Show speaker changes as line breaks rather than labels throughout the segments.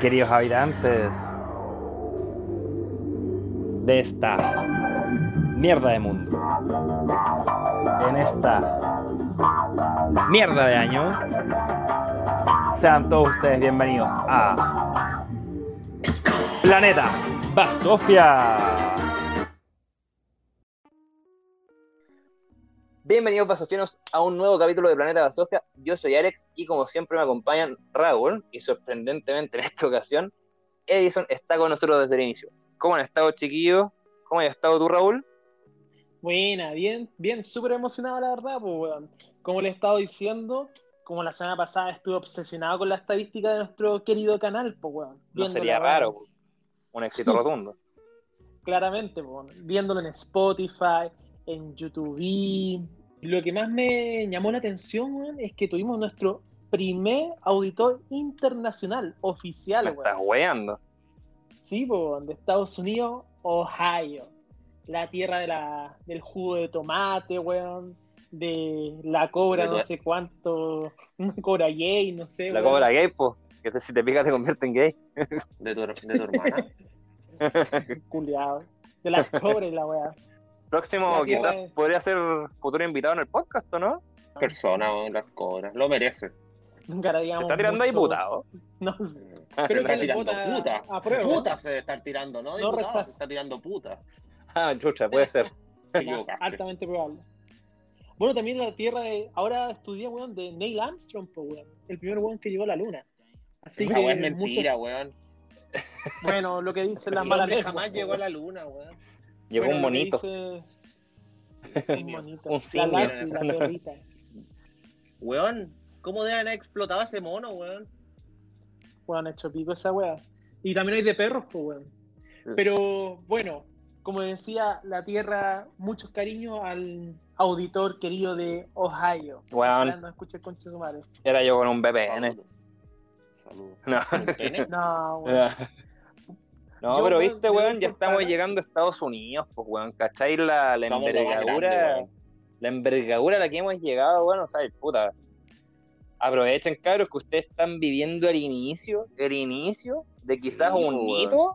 queridos habitantes de esta mierda de mundo, en esta mierda de año, sean todos ustedes bienvenidos a Planeta Basofia. Bienvenidos basofianos a un nuevo capítulo de Planeta Basofia. Yo soy Alex y como siempre me acompañan Raúl y sorprendentemente en esta ocasión Edison está con nosotros desde el inicio. ¿Cómo han estado chiquillos? ¿Cómo has estado tú Raúl?
Buena, bien, bien, súper emocionado la verdad, pues, weón. Como le he estado diciendo, como la semana pasada estuve obsesionado con la estadística de nuestro querido canal, pues, weón.
No
Viéndolo,
sería
weón,
raro, pues. po. un éxito rotundo.
Claramente, pues, weón. viéndolo en Spotify, en YouTube. Y lo que más me llamó la atención, weón, es que tuvimos nuestro primer auditor internacional oficial,
Me
weón.
estás weando.
Sí, po, de Estados Unidos, Ohio. La tierra de la, del jugo de tomate, weón. De la cobra, no
Ya.
sé cuánto. Cobra gay, no sé.
La
weón.
cobra gay, po. Que te- si te picas te convierte en gay.
de tu, de tu hermana.
Culeado. De la cobra y la weá.
Próximo,
La
quizás
cobra-
podría ser futuro invitado en el podcast, ¿o no?
Persona, weón, las cobras. Lo merece.
Nunca
Te
digamos.
está tirando ahí
muchos-
putado.
No sé.
Se
Creo
oh. Ah, está
que le
tirando
puta.
puta.
A prueba.
Puta se debe estar tirando, ¿no? diputado?
rechazo.
Se está tirando puta.
Ah, chucha, puede ser.
Te
Nah,
equivocaste.
altamente probable. Bueno, también la tierra de. Ahora estudié, weón, de Neil Armstrong, po, weón. El primer weón que llegó a la luna. Así
Esa
que.
weón es
muchos-
mentira, weón.
Bueno, lo que dicen las
El
malas
hombre
lenguas,
jamás
po,
llegó a
weón.
la luna, weón.
Llegó
Bueno,
un
lo que
monito.
dice- Un
Simio.
monito.
Un
La
simio.
Lassie, la perrita.
Weón, ¿cómo deben haber explotado a ese mono, weón?
Weón, hecho pico esa wea. Y también hay de perros, pues, weón. Pero bueno, como decía, la tierra, muchos cariños al auditor querido de Ohio.
Weón,
No escuché concha de su madre.
era yo con un VPN.
Saludos. Saludos.
No.
¿Un pene?
No, weón.
Ah. No,
Yo,
pero
weón,
viste,
me doy
weón, ya
por
estamos
pagar.
llegando a Estados Unidos, pues, weón, ¿cachai? La, la
Estamos lo más
envergadura,
grande, weón.
la envergadura a la que hemos llegado, weón, o sea, puta. Aprovechen, cabros, que ustedes están viviendo el inicio, el inicio de quizás
Sí,
un
pues,
weón.
hito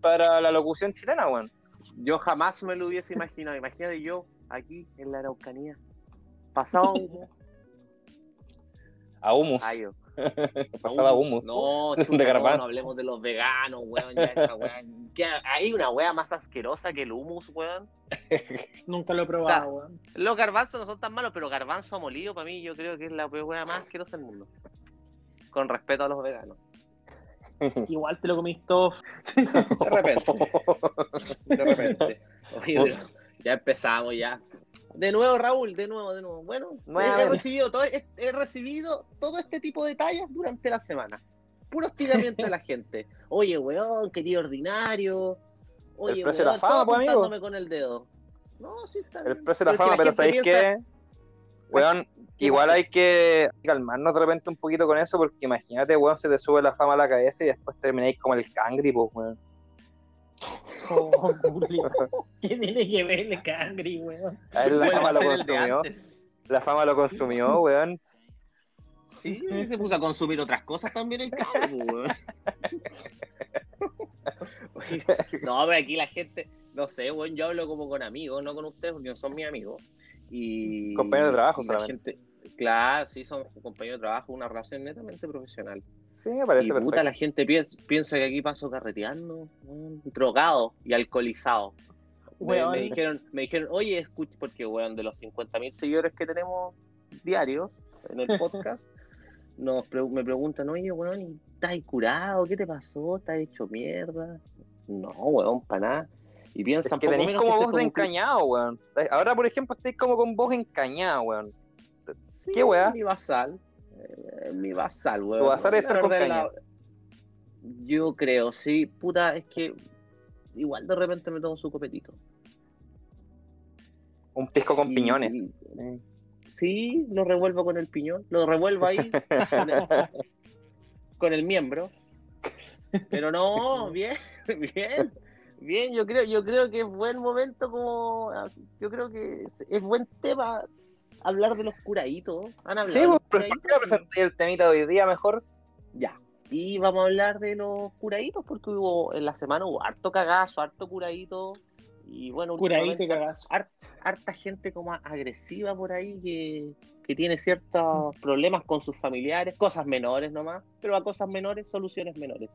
para la locución chilena, weón.
Yo jamás me lo hubiese imaginado. Imagínate yo aquí en la Araucanía. Pasaba humo.
A humus,
Ay, yo.
pasaba humus.
No,
De
chuta, no,
garbanzo.
no hablemos de los veganos, weón. Ya esa weón. ¿Qué? Hay una weá más asquerosa que el humus, weón.
Eh.
Nunca lo he probado,
O sea,
weón.
Los garbanzos no son tan malos, pero garbanzo molido para mí yo creo que es la peor hueá más asquerosa del mundo. Con respeto a los veganos.
Igual te lo comís todo.
De repente, de repente. Oye, pero ya empezamos ya. De nuevo, Raúl, de nuevo, de nuevo. Bueno, he,
Nuevamente.
recibido todo, he, he recibido todo este tipo de tallas durante la semana. Puro hostigamiento de la gente. Oye, weón, querido ordinario. Oye,
El precio de la
weón,
fama,
todo
pues, amigo.
apuntándome con el dedo. No, sí está
El
bien.
precio de la
Pero
fama,
es que
pero
gente
¿sabéis
piensa-
qué? Weón, igual hay que calmarnos de repente un poquito con eso, porque imagínate, weón, se te sube la fama a la cabeza y después termináis como el cangri, pues, weón.
Oh, Julio. ¿Qué tiene que ver el cangri, weón?
A él la
Vuelve
fama
a
lo
ser el de
consumió.
antes.
La fama lo consumió, weón.
Sí, y se puso a consumir otras cosas también el cabrón, weón. Oye, No, pero aquí la gente, no sé, weón, yo hablo como con amigos, no con ustedes, porque no son mis amigos. Y
Compañeros de trabajo
y la
solamente.
gente- claro, sí, son compañeros de trabajo, una relación netamente profesional.
Sí, me parece
y puta,
perfecto.
la gente piensa, piensa que aquí paso carreteando, weón, drogado y alcoholizado. Me-
Weón.
Me, dijeron, me dijeron, oye, escucha, porque weón, de los 50.000 seguidores que tenemos diarios en el podcast, nos pre- me preguntan, oye, weón, ¿y ¿estás ahí curado? ¿Qué te pasó? ¿Estás hecho mierda? No, weón, para nada. Y
Es
piensan,
que
poco
tenéis
menos
como
que
voz de
soy como un cri-
encañado, weón. Ahora, por ejemplo, estáis como con voz encañada, weón.
Sí,
¿Qué weá?
Mi basal. Eh, Mi basal, weón.
Tu basal
Me
está
acordé
con
de la- Yo creo, sí. Puta, es que igual de repente me tomo su copetito.
Un pisco con
Y-
piñones.
y- eh, Sí, lo revuelvo con el piñón. Lo revuelvo ahí. con, el, con el miembro. Pero no, bien, bien. Bien, yo creo, yo creo que es buen momento como ah, yo creo que es- es buen tema hablar de los curaditos. Han hablado
Sí,
de
weón,
los
pues, pero ¿por qué no
curaditos?
presentáis el temita de hoy día mejor?
Ya. Y vamos a hablar de los curaditos, porque hubo en la semana hubo harto cagazo, harto curadito. Y bueno,
Curadito y
últimamente
cagazo.
har- harta gente como agresiva por ahí que, que tiene ciertos problemas con sus familiares, cosas menores nomás, pero a cosas menores, soluciones menores.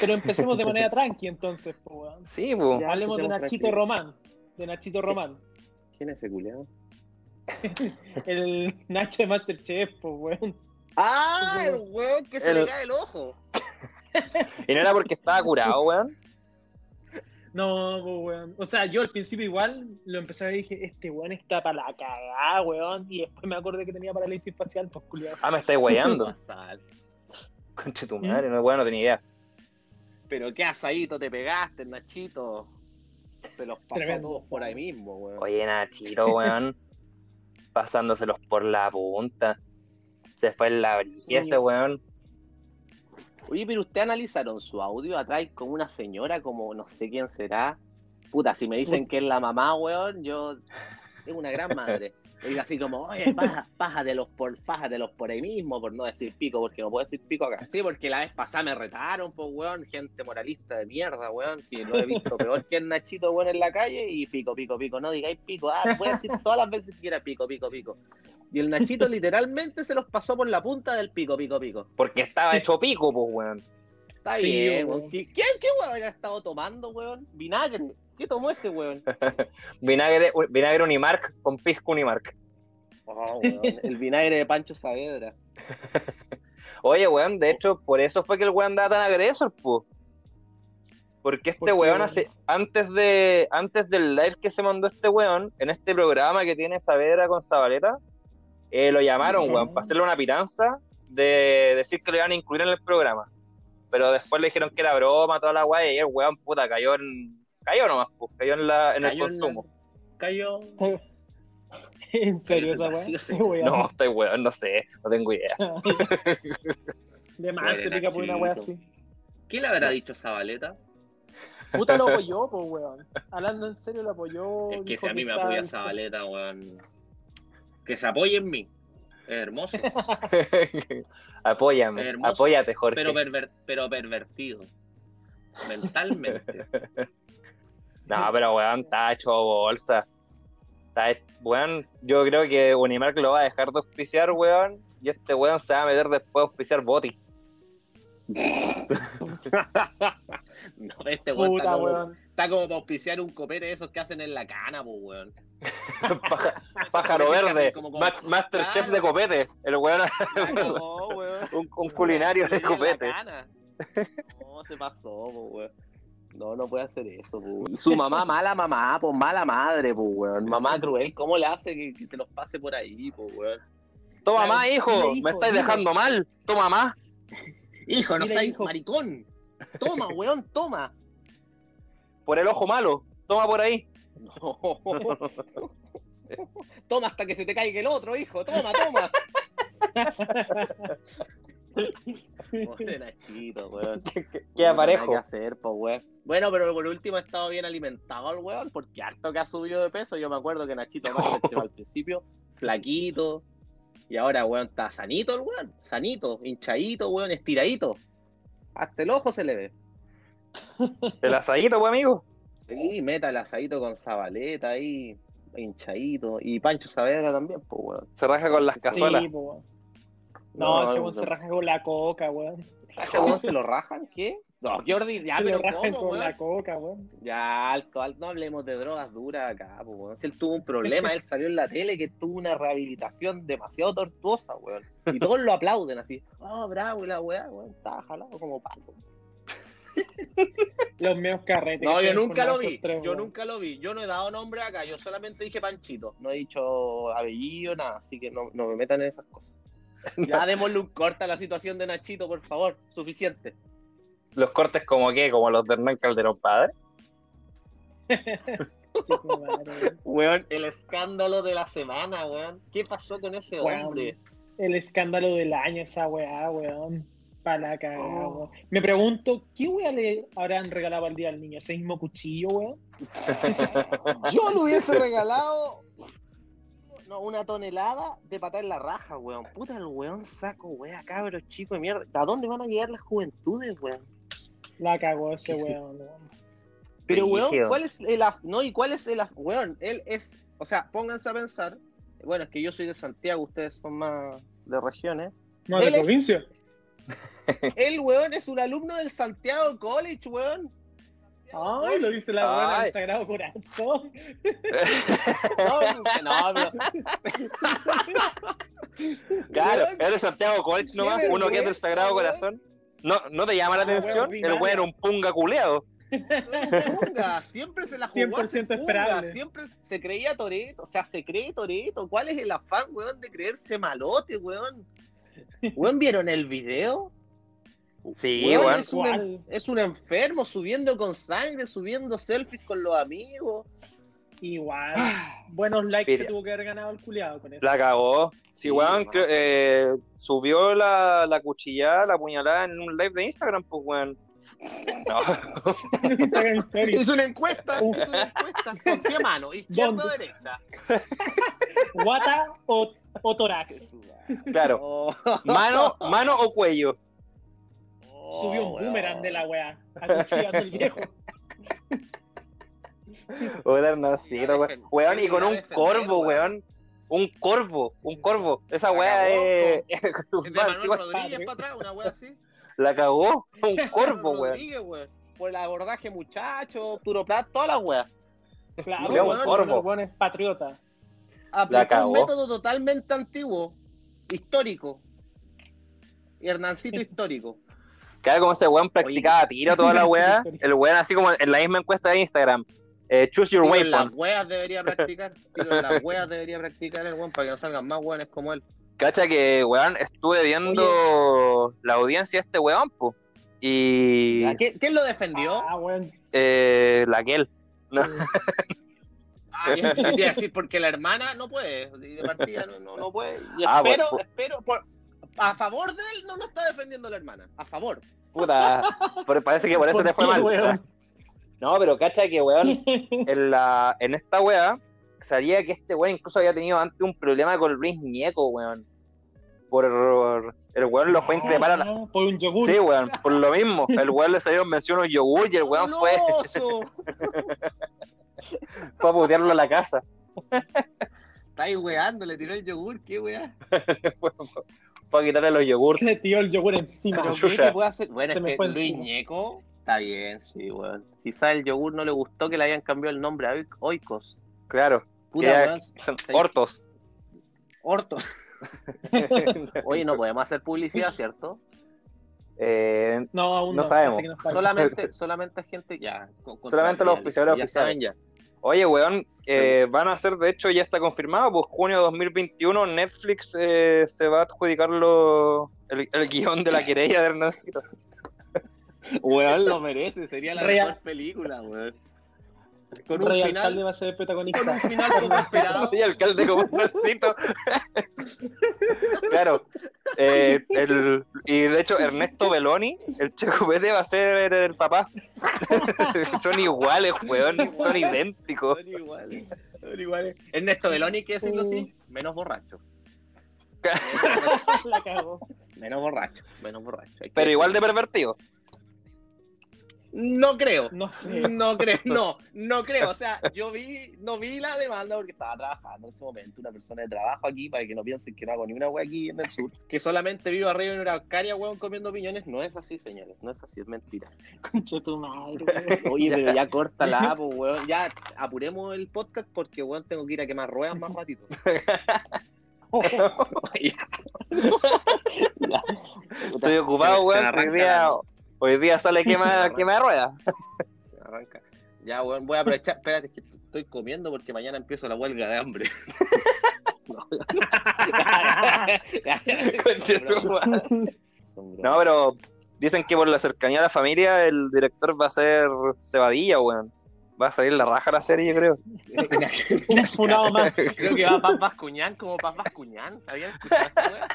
Pero empecemos de manera tranqui entonces, po, weón.
Sí, pues. po.
Ya,
Hablemos de
empecemos
Nachito
tranquilo.
Román. De Nachito Román.
¿Quién es ese culiao?
El Nacho de Masterchef, po, weón.
¡Ah! El weón que se
El-
le cae el ojo.
Y no era porque estaba curado, weón.
No, po, weón. O sea, yo al principio igual lo empecé a ver y dije, este weón está para la cagada, weón. Y después me acordé que tenía parálisis facial, pues culiado.
Ah, me estáis weyando.
Sal.
Conche tu madre, no, weón, no tenía idea.
Pero qué asadito te pegaste, Nachito. Se los pasó
Tremendo
todos por ahí
asado.
mismo, weón.
Oye, Nachito, weón. pasándoselos por la punta. Se fue en la brilla
Sí.
ese weón.
Oye, pero usted analizaron su audio atrás con una señora como no sé quién será. Puta, si me dicen que es la mamá, weón, yo es una gran madre. Le digo así como, oye, paja, paja de los por paja de los por ahí mismo, por no decir pico, porque no puedo decir pico acá. Sí, porque la vez pasada me retaron, pues, weón, gente moralista de mierda, weón, que lo he visto peor que el Nachito, weón, en la calle, y pico, pico, pico, no digáis pico, ah, voy a decir todas las veces que era pico, pico, pico. Y el Nachito literalmente se los pasó por la punta del pico, pico, pico.
Porque estaba hecho pico, pues, weón.
Está
Sí,
bien,
weón.
weón. ¿Qué, qué, qué weón ha estado tomando, weón? Vinagre. ¿Qué tomó ese weón?
Vinagre, vinagre Unimark con pisco Unimark.
Oh, weón, El vinagre de Pancho Saavedra.
Oye, weón,
Oh.
de hecho, por eso fue que el weón andaba tan agresor, po. Porque este
¿Por qué,
weón
weón?
hace, antes de, antes del live que se mandó este weón, en este programa que tiene Saavedra con Zabaleta, eh, lo llamaron,
Ya.
weón, para hacerle una pitanza de decir que lo iban a incluir en el programa. Pero después le dijeron que era broma, toda la weá, y el weón, puta, cayó en. Cayó nomás, pues, cayó en, la, en
Cayó
el
la-
consumo.
Cayó.
¿En serio esa
Sí, sí.
weón?
No, este weón, no sé, no tengo idea.
De más se
Buena,
pica por una wea
chico.
así.
¿Qué le habrá dicho Zabaleta?
Puta lo apoyó, pues, weón. Hablando en serio, lo apoyó.
Es que
dijo
si a mí me
estaba-
apoya Zabaleta, weón. Que se apoye en mí. Es hermoso.
Apóyame,
Hermoso.
apóyate, Jorge.
Pero, perver- pero pervertido. Mentalmente.
No, pero weón, tacho, bolsa. Está he- Weón, yo creo que Unimark lo va a dejar de auspiciar, weón. Y este weón se va a meter después a auspiciar Boti.
No, este weón
Puta,
está como,
weón.
está como para auspiciar un copete de esos que hacen en la cana, pues, weón.
Paja- pájaro verde,
Como-
ma- Masterchef de copete. El weón,
La cagó, weón.
un, un culinario
Le
de
di en la
copete.
cana. No, se pasó, po, weón. No, no puede hacer eso, po, weón. Su mamá, mala mamá, pues mala madre, po, weón. Mamá cruel, ¿cómo le hace que, que se los pase por ahí, po, weón?
Toma
Claro,
más, hijo,
dile, hijo,
me estáis
dile.
dejando mal. Toma más.
Hijo,
no
no
seas
seas maricón. Toma, weón, toma.
Por el ojo malo. Toma por ahí.
No. Toma hasta que se te caiga el otro, hijo. Toma, toma. Pobre este Nachito, weón.
Qué
No, nada
aparejo.
que hacer, po, weón. Bueno, pero por último ha estado bien alimentado el weón, porque harto que ha subido de peso. Yo me acuerdo que Nachito Masterchef al principio, flaquito, y ahora, weón, está sanito el weón, sanito, hinchadito, weón, estiradito. Hasta el ojo se le ve.
El asadito, weón, amigo.
Sí, meta el asadito con Zabaleta ahí, hinchadito, y Pancho Saavedra también, pues, weón.
Se raja con las
Sí.
cazuelas.
Sí, po, weón. No, ese
no,
weón se
no.
raja con la coca, weón.
¿A ese weón se lo rajan? ¿Qué? No, qué ordinario, ya,
se
pero
lo rajan
¿cómo,
con
weón?
la coca, weón.
Ya, alcohol, no hablemos de drogas duras acá, po, weón. Si él tuvo un problema, él salió en la tele que tuvo una rehabilitación demasiado tortuosa, weón. Y todos lo aplauden así. Oh, bravo, y la weá, weón, estaba jalado como palo.
Los meos carretes.
No,
que
yo
se
nunca lo
formaron
vi,
esos tres,
yo
weón.
nunca lo vi. Yo no he dado nombre acá, yo solamente dije Panchito. No he dicho apellido, nada, así que no, no me metan en esas cosas. Ya démosle un corte a la situación de Nachito, por favor, suficiente.
Los cortes como qué, como los de Hernán Calderón Padre.
Chico, madre, weón.
Weón, el escándalo de la semana, weón. ¿Qué pasó con ese
Weón.
hombre?
El escándalo del año, esa weá, weón. Pa' la cagada,
Oh.
weón. Me pregunto, ¿qué weá le habrán regalado al día al niño? ¿Ese mismo cuchillo, weón?
Yo le hubiese regalado. No, una tonelada de patar en la raja, weón. Puta el weón saco, weón, cabros chicos de mierda. ¿A dónde van a llegar las juventudes, weón?
La cagó ese
Que sí.
weón. weón.
Pero, weón,
Brígido.
¿cuál es el af- No, ¿y cuál es el af- Weón, él es. O sea, pónganse a pensar. Bueno, es que yo soy de Santiago, ustedes son más de regiones.
No, de
Él es-
provincia.
El weón es un alumno del Santiago College, weón.
Ay, lo dice la abuela
Ay.
del Sagrado Corazón.
No, no, pero
Claro,
Weón.
es de Santiago College nomás,
Qué
uno que es del
vergüenza,
Sagrado
weón.
Corazón. No, ¿No te llama la
Ah, weón,
atención? el
ordinario.
weón era un punga culeado.
Punga, siempre se la jugó a ser
100%
punga,
esperable.
siempre se creía Toreto, o sea, se cree Toreto. ¿Cuál es el afán, weón, de creerse malote, weón? Weón, ¿vieron el video?
Sí,
Weón,
weón.
es, un, en-
¿Cuál?
es un enfermo subiendo con sangre, subiendo selfies con los amigos.
Igual.
Ah,
Buenos likes
Mira.
se tuvo que haber ganado el culiado con eso.
La cagó. Sí,
Sí,
weón,
weón.
creo- eh, subió la, la cuchillada, la puñalada en un live de Instagram, pues, weón. No,
Instagram Stories.
Es una encuesta,
Uh.
es una encuesta. ¿Con qué mano? ¿Izquierda o
¿Dónde?
derecha?
Guata o, o torax.
claro.
Oh,
Mano, mano o cuello.
Subió un
Oh, weón.
boomerang de la weá. Acuchillando el viejo.
O dar nacida, weón. Weón, y con un
Defender,
corvo,
weón.
weón. Un corvo, un corvo. Esa
La
weá
cagó,
es.
De Manuel Rodríguez
padre.
para atrás, una weá así.
La cagó. Un corvo,
Manuel
weón.
Rodríguez, weón. Por el abordaje muchacho, Arturo Prat, todas las weas.
Claro,
Culiao,
weón,
corvo.
uno de los weones patriota.
Aplicó
cagó.
un método totalmente antiguo, histórico. Y Hernancito histórico.
Claro, como ese weón practicaba tiro toda la weá. El weón, así como en la misma encuesta de Instagram. eh, choose your
Tiro en las
waypoint.
weas debería practicar. Tiro en las weas debería practicar el weón para que no salgan más weones como él.
Cacha que, weón, estuve viendo la audiencia de este weón, po. Y.
¿A ¿Quién, quién lo defendió?
Ah, weón.
Eh, la Kel.
Ah, yo quería decir, porque la hermana no puede. y De partida no, no, no puede. Y
Ah,
espero,
bueno.
espero. por- a favor de él no lo está defendiendo la hermana. A favor.
Puta. por- parece que por eso
¿Por
te fue
qué,
mal.
weón?
No, pero cacha que, weón, en, la, en esta weá salía que este weón incluso había tenido antes un problema con Luis Ñeco, weón. Por el weón lo fue a increpar a la-
Ah, Por un yogur.
Sí, weón, por lo mismo. El weón le salieron mención unos yogur y el weón fue,
¡Fabuloso!
fue a putearlo a la casa.
Estáis weando, le tiró el yogur, qué wea.
fue a quitarle los yogur.
Se tiró el yogur encima.
Pero
chucha.
¿qué te puede hacer? Bueno,
Se me
es que
fue
Luis
encima.
Ñeco está bien, sí, weón. Quizás el yogur no le gustó que le hayan cambiado el nombre a Oik- Oikos.
Claro,
Puta
Ya.
weón.
son hortos.
Orto. Oye, no podemos hacer publicidad, ¿cierto?
Eh,
No, aún
No
no.
sabemos.
parece que nos falta.
Solamente, solamente gente ya. con- con-
Solamente los auspiciadores
ya
oficiales.
saben ya.
oye, weón, eh, van a hacer, de hecho, ya está confirmado, pues junio de 2021 Netflix eh, se va a adjudicar lo- el, el guión de la querella de Hernancito.
Weón lo merece, sería la
Real.
mejor película, weón. Con un
Rey Alcalde
final.
va a ser el
Con
protagonista.
un final poco esperado.
Y alcalde como un Hernancito. claro. eh, el- y de hecho, Ernesto Beloni, el checopete, va a ser el papá. son iguales, weón, son idénticos.
Son iguales, son iguales. Ernesto Beloni, hay que decirlo así, menos borracho.
La cagó.
Menos borracho, menos borracho. Hay que
Pero igual de pervertido.
No creo.
No sé.
No creo, no, no creo. O sea, yo vi, no vi la demanda porque estaba trabajando en ese momento, una persona de trabajo aquí, para que no piensen que no hago ni una wea aquí en el sur. Que solamente vivo arriba en una arcaria, weón, comiendo piñones. No es así, señores, no es así, es mentira.
Concha tu madre. weón.
Oye, pero ya córtala, pues, weón. Ya apuremos el podcast porque, weón, tengo que ir a quemar ruedas más ratito.
Estoy ocupado,
Se- se
weón.
arranca
Hoy día,
la-
hoy día sale quema,
arranca.
quema de rueda.
Se arranca. Ya, weón, voy a aprovechar. Espérate, es que estoy comiendo porque mañana empiezo la huelga de hambre.
No, pero dicen que por la cercanía a la familia el director va a ser Cebadilla, weón. Va a salir la raja de la serie, yo creo.
Un funado más.
Creo que va Paz Vascuñán como Paz Vascuñán. ¿Habían escuchado esa weá?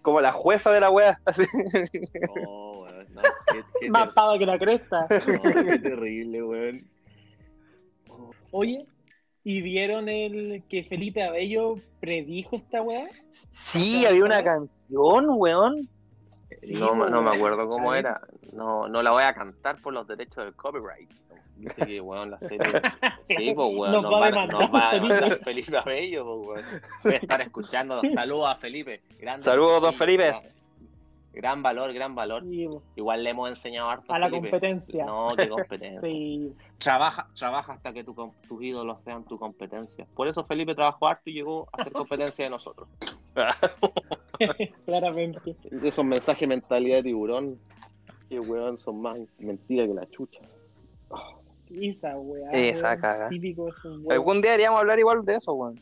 Como la jueza de la weá. así.
No, weón, no, qué, qué
Más pava que la cresta.
ter- no, qué terrible, weón.
Oye, ¿Y vieron el que Felipe Abello predijo esta weá?
Sí, había una canción, weón.
Sí, pues,
no, me-
weón.
no me acuerdo cómo
A ver.
era. No, no la voy a cantar por los derechos del copyright. Viste que, weón, la serie. Sí, pues, weón.
Nos va a
van-
demandar,
nos va a
Felipe.
demandar Felipe Abello, pues, weón. Voy a estar escuchando. Saludos a Felipe. Grande
Saludos, don Felipe.
Gran valor, gran valor.
Sí, po.
Igual le hemos enseñado harto.
a la
Felipe.
competencia.
No, qué competencia.
Sí.
Trabaja, trabaja hasta que tu com- tus ídolos sean tu competencia. Por eso Felipe trabajó harto y llegó a ser competencia de nosotros.
Claramente.
Esos mensajes mentalidad de tiburón. Qué weón, son más mentira que la chucha.
Esa weá.
Esa
weón,
caga.
Típico es un weón.
Algún día deberíamos hablar igual de eso, weón.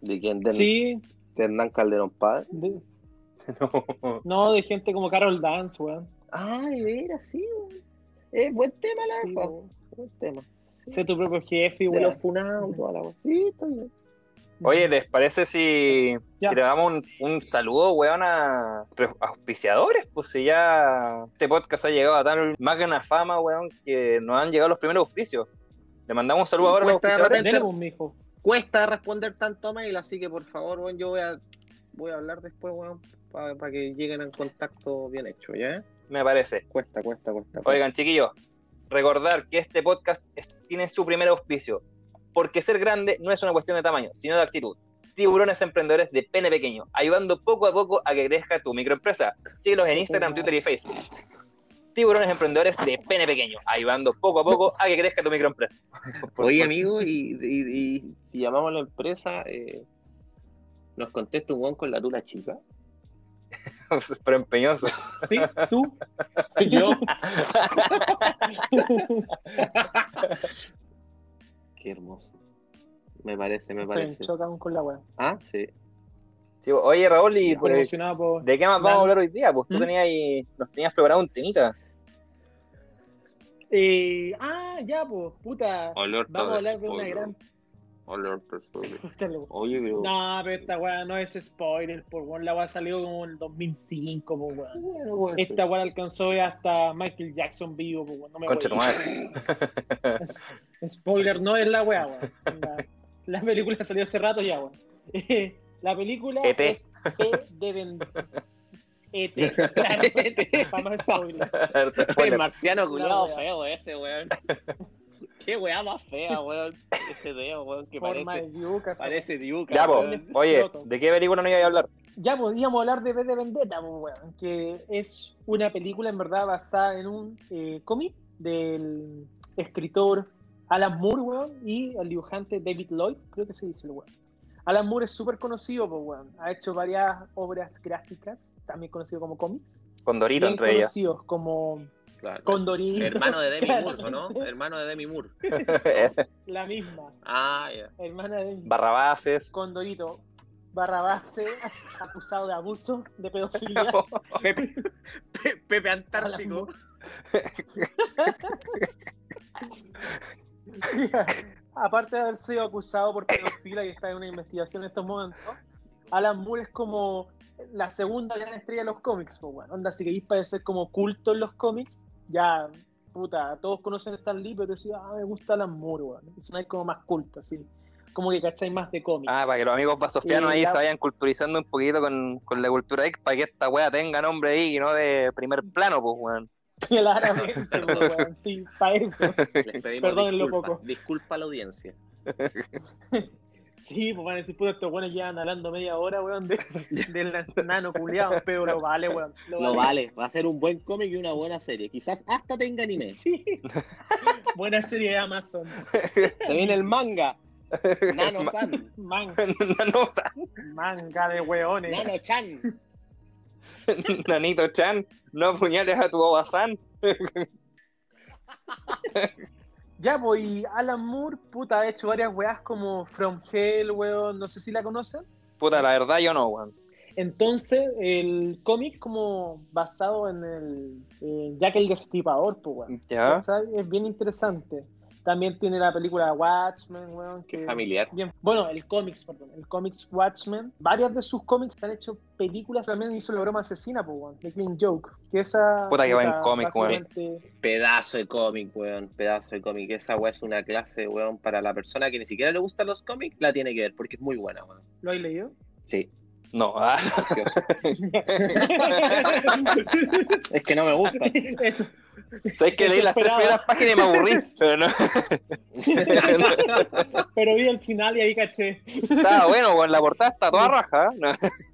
¿De quién? ¿De,
Sí,
de Hernán Calderón Padre?
de-
No.
no, de gente como Carol Dance, weón.
Ah, de veras, sí, weón. Es buen tema, la
Sí,
verdad.
weón.
Buen tema.
Sé tu propio jefe,
De
weón.
los funados, toda la weá. Sí, está bien.
Oye, ¿les parece si,
Ya.
si le damos un, un saludo, weón, a nuestros auspiciadores? Pues si ya este podcast ha llegado a tal magna fama, weón, que nos han llegado los primeros auspicios. Le mandamos un saludo ahora a los
Cuesta de
auspiciadores.
Dele, pues, mijo.
Cuesta responder tanto mail, así que por favor, weón, yo voy a, voy a hablar después, weón, para que lleguen en contacto bien hecho, ¿ya?
Me parece.
Cuesta, cuesta, cuesta. cuesta.
Oigan, chiquillos, recordar que este podcast es- tiene su primer auspicio, porque ser grande no es una cuestión de tamaño, sino de actitud. Tiburones emprendedores de pene pequeño, ayudando poco a poco a que crezca tu microempresa. Síguelos en Instagram, Twitter y Facebook. Tiburones emprendedores de pene pequeño, ayudando poco a poco a que crezca tu microempresa.
Oye, amigo, y, y- y si llamamos a la empresa, eh, ¿nos contesta un weón con la tula chica?
Pero empeñoso.
Sí, tú.
Yo.
Qué hermoso. Me parece, me
Me
parece.
chocan con la weá.
Ah, sí.
Sí, oye, Raúl, ¿y
Estoy
por-
emocionado por.
pues. de qué más vamos a hablar hoy día? Pues tú
¿Mm?
tenías ahí- nos tenías preparado un temita.
Eh, ah, ya, pues, puta.
Olor
Vamos a hablar de una gran.
Olor perfume.
Puta, lo-
Oye, pero.
No, pero esta weá no es spoiler, por weón. La weá salió como en el 2005, pues weón.
Bueno, bueno,
Esta weá alcanzó hasta Michael Jackson vivo, pues weón. No me
Concha tu
voy.
madre.
Es- Spoiler, no es la weá, weón. La, la película salió hace rato ya, weón. Eh, la película
E
ET.
es P de Ben. ET, claro.
E
Vamos a spoiler.
El marciano culiado
La wea.
feo ese, weón. Qué weá más fea, weón. Ese dedo, weón, que
Forma
parece,
de yuca, esa
parece dibuca.
Ya, po.
weón.
Oye, ¿de qué película no iba a hablar?
ya podíamos hablar de V de Vendetta, pues, weón, que es una película en verdad basada en un eh, cómic del escritor Alan Moore, weón, y el dibujante David Lloyd, creo que se dice el weón. Alan Moore es súper conocido, pues, weón. Ha hecho varias obras gráficas, también conocido como cómics.
Con Dorito
bien
entre ellas.
conocidos como
Claro.
Condorito.
Hermano de Demi Moore, ¿o ¿no?
claramente,
Hermano de Demi Moore.
Eh,
La misma,
Ah, ya.
hermana de
Barrabases.
Condorito. Barrabase, acusado de abuso, de pedofilia.
Pepe, Pe- Pepe
Alan
Antártico.
Moore. Mira, Aparte de haber sido acusado por pedofilia y está en una investigación en estos momentos, Alan Moore es como la segunda gran estrella de los cómics, pues bueno. Onda, si queréis parecer como culto en los cómics, ya, puta, todos conocen a Stan Lee, pero decís, ah, me gusta Alan Moore, weón. Es una como más culto, así. Como que cacháis más de cómics.
Ah, para que los amigos basofianos
Y
ahí
la-
se vayan culturizando un poquito con, con la cultura geek, para que esta wea tenga nombre ahí y no de primer plano, pues, weón.
Claramente, pues, weón, sí, para eso.
Les pedimos
Perdónenlo
disculpas.
poco.
Disculpa a la audiencia.
Sí, pues van a decir, puta, estos weones llevan hablando media hora, weón, de- del nano culiado, pero lo vale, weón. Lo
Lo
vale.
vale.
Va a ser un buen cómic y una buena serie. Quizás hasta tenga anime.
Sí. Buena serie de Amazon.
Se viene el manga. Nano
Ma-
San.
Man-
Nanota,
manga de weones.
Nano Chan.
Nanito Chan, no apuñales a tu obazán.
Ya, pues, y Alan Moore, puta, ha hecho varias weas como From Hell, weón, no sé si la conocen.
Puta, la verdad yo no, weón.
Entonces, el cómic es como basado en el eh, Jack el Destripador, pues, weón.
Ya.
¿Cachai? Es bien interesante. También tiene la película Watchmen, weón.
Qué
que-
familiar.
Bien, bueno, el cómics, perdón, el cómics Watchmen. Varias de sus cómics han hecho películas. También hizo la broma asesina, pues, weón, The Clean Joke. Que esa.
Puta que va en
puta,
cómic, weón.
básicamente-
Pedazo de cómic, weón. Pedazo de cómic. Esa weá es una clase, weón, para la persona que ni siquiera le gustan los cómics, la tiene que ver, porque es muy buena, weón.
¿Lo has leído?
Sí,
No, ah,
precioso. es que no me gusta.
Eso.
sabes que leí las tres
Desesperado.
primeras páginas y me aburrí. Pero no,
Pero vi el final y ahí caché.
estaba bueno, weón, la portada está toda raja.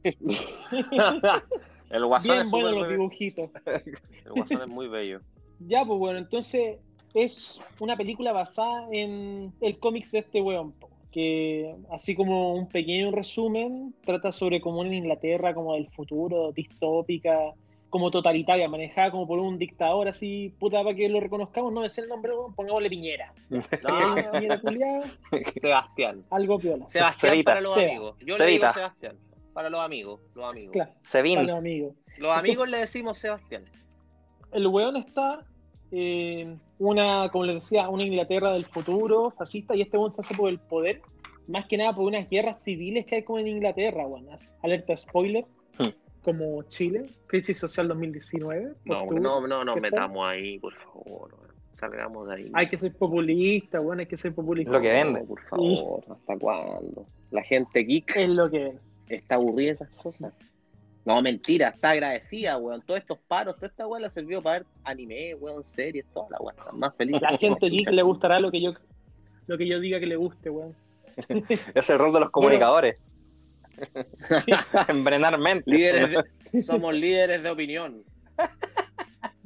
¿eh? No,
El guasón,
Bien buenos
es súper
los
bello.
dibujitos.
el guasón es muy bello.
Ya, pues bueno, entonces es una película basada en el cómics de este weón, po, que así como un pequeño resumen, trata sobre cómo en Inglaterra, como del futuro, distópica, como totalitaria, manejada como por un dictador así, puta, para que lo reconozcamos, no es el nombre, weón, pongámosle Piñera.
No,
Eh, Piñera culiado,
Sebastián.
algo piola.
Sebastián
Cevita.
para los
Seba.
amigos. Yo le
Cevita.
digo Sebastián. Para los amigos. Los amigos.
Claro,
Sevin.
vale, amigo.
Los amigos le decimos Sebastián.
el weón está eh, una, como les decía, una Inglaterra del futuro, fascista, y este weón se hace por el poder, más que nada por unas guerras civiles que hay como en Inglaterra, weón. Así, Alerta spoiler,
Hmm.
como Chile, crisis social 2019.
No,
octubre.
no, no nos
pues ¿cachai?
metamos ahí, por favor. weón. Salgamos de ahí.
Hay que ser populista, weón, hay que ser populista.
Lo que vende.
Por favor, ¿hasta cuándo? La gente geek
Es lo que es.
está aburrida de esas cosas. No, mentira, está agradecida, weón. Todos estos paros, toda esta weá la sirvió para ver anime, weón, series, toda la weá. Están más feliz.
La gente geek le gustará lo que yo lo que yo diga que le guste, weón.
Es el rol de los comunicadores. Envenenar mentes.
Líderes de- somos líderes de opinión.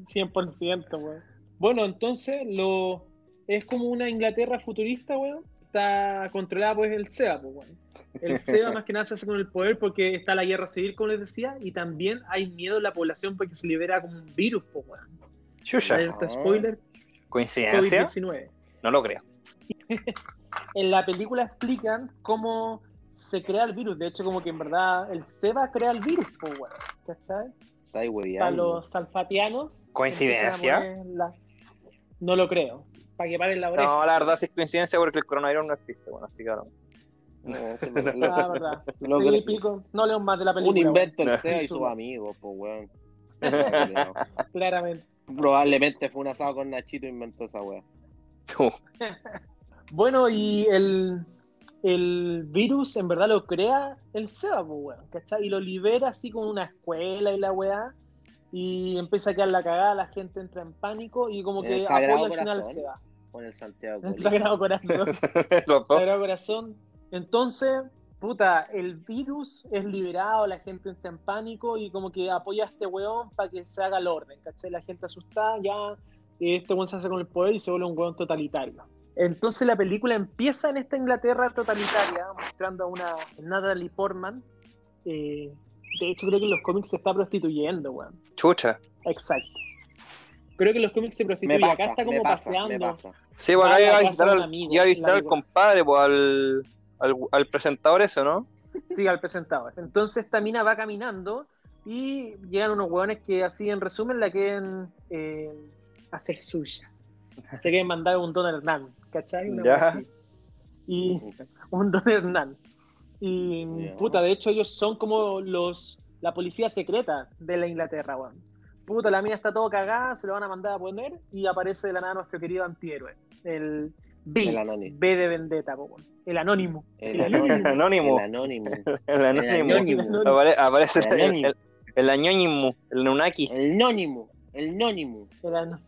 100%, weón. Bueno, entonces lo es como una Inglaterra futurista, weón. Está controlada pues el SEBA, pues, weón. El SEBA más que nada se hace con el poder porque está la guerra civil, como les decía, y también hay miedo en la población porque se libera como un virus, pues, weón.
Chucha,
Alerta spoiler,
coincidencia.
COVID-19.
No lo creo.
En la película explican cómo se crea el virus. De hecho, como que en verdad el SEBA crea el virus, pues, weón. ¿Cachai?
Ay,
para
hueviando.
los salfatianos.
Coincidencia.
empiezan a poner la- No lo creo. Para que paren la oreja.
No, la verdad sí es coincidencia porque el coronavirus no existe. Bueno, así que ahora.
No, eso no-
Ah, verdad.
no
Sí,
creo.
pico. No leo más de la
Un
película.
invento el
No.
SEA y sus amigos, pues weón. No,
weón, Claramente.
Probablemente fue un asado con Nachito y inventó esa weá.
Bueno, y el, el virus en verdad lo crea el Seba, pues, weón, ¿cachai? Y lo libera así como una escuela y la weá. Y empieza a quedar la cagada, la gente entra en pánico y como
En
que
el
apoya
Sagrado
al final al
Corazón.
Seba.
Con el Santiago.
El
Coli.
Sagrado Corazón.
Los
Oh.
dos.
Sagrado Corazón. Entonces, puta, el virus es liberado, la gente está en pánico y como que apoya a este weón para que se haga el orden, ¿cachai? La gente asustada, ya eh, este weón se hace con el poder y se vuelve un weón totalitario. Entonces la película empieza en esta Inglaterra totalitaria, mostrando a una Natalie Portman. eh, de hecho, creo que en los cómics se está prostituyendo, weón.
Chucha.
Exacto. Creo que en los cómics se
Me
prostituye.
pasa,
Acá está como
me pasa, me
paseando.
pasa.
Sí, pues acá
Vaya,
iba a
acá
visitar
son
al,
amigos,
iba a visitar
la
al
igual.
compadre, pues al, al, al presentador eso, ¿no?
Sí, al presentador. Entonces esta mina va caminando y llegan unos hueones que así en resumen la quieren eh, hacer suya. Se quieren mandar un Don Hernán, ¿cachai? Una
Ya.
hueá
pues,
así. Y un Don Hernán. Y
Ya.
puta, de hecho ellos son como los la policía secreta de la Inglaterra, weón. Puta, la mina está todo cagada, se lo van a mandar a poner y aparece de la nada nuestro querido antihéroe, el B,
El anónimo.
B de Vendetta, po, weón. el anónimo.
El
El anónimo.
anónimo. El anónimo.
El anónimo.
anónimo.
Apare- aparece
El
el,
anónimo.
el, el anónimo, el Nunaki.
El anónimo. El anónimo.
eran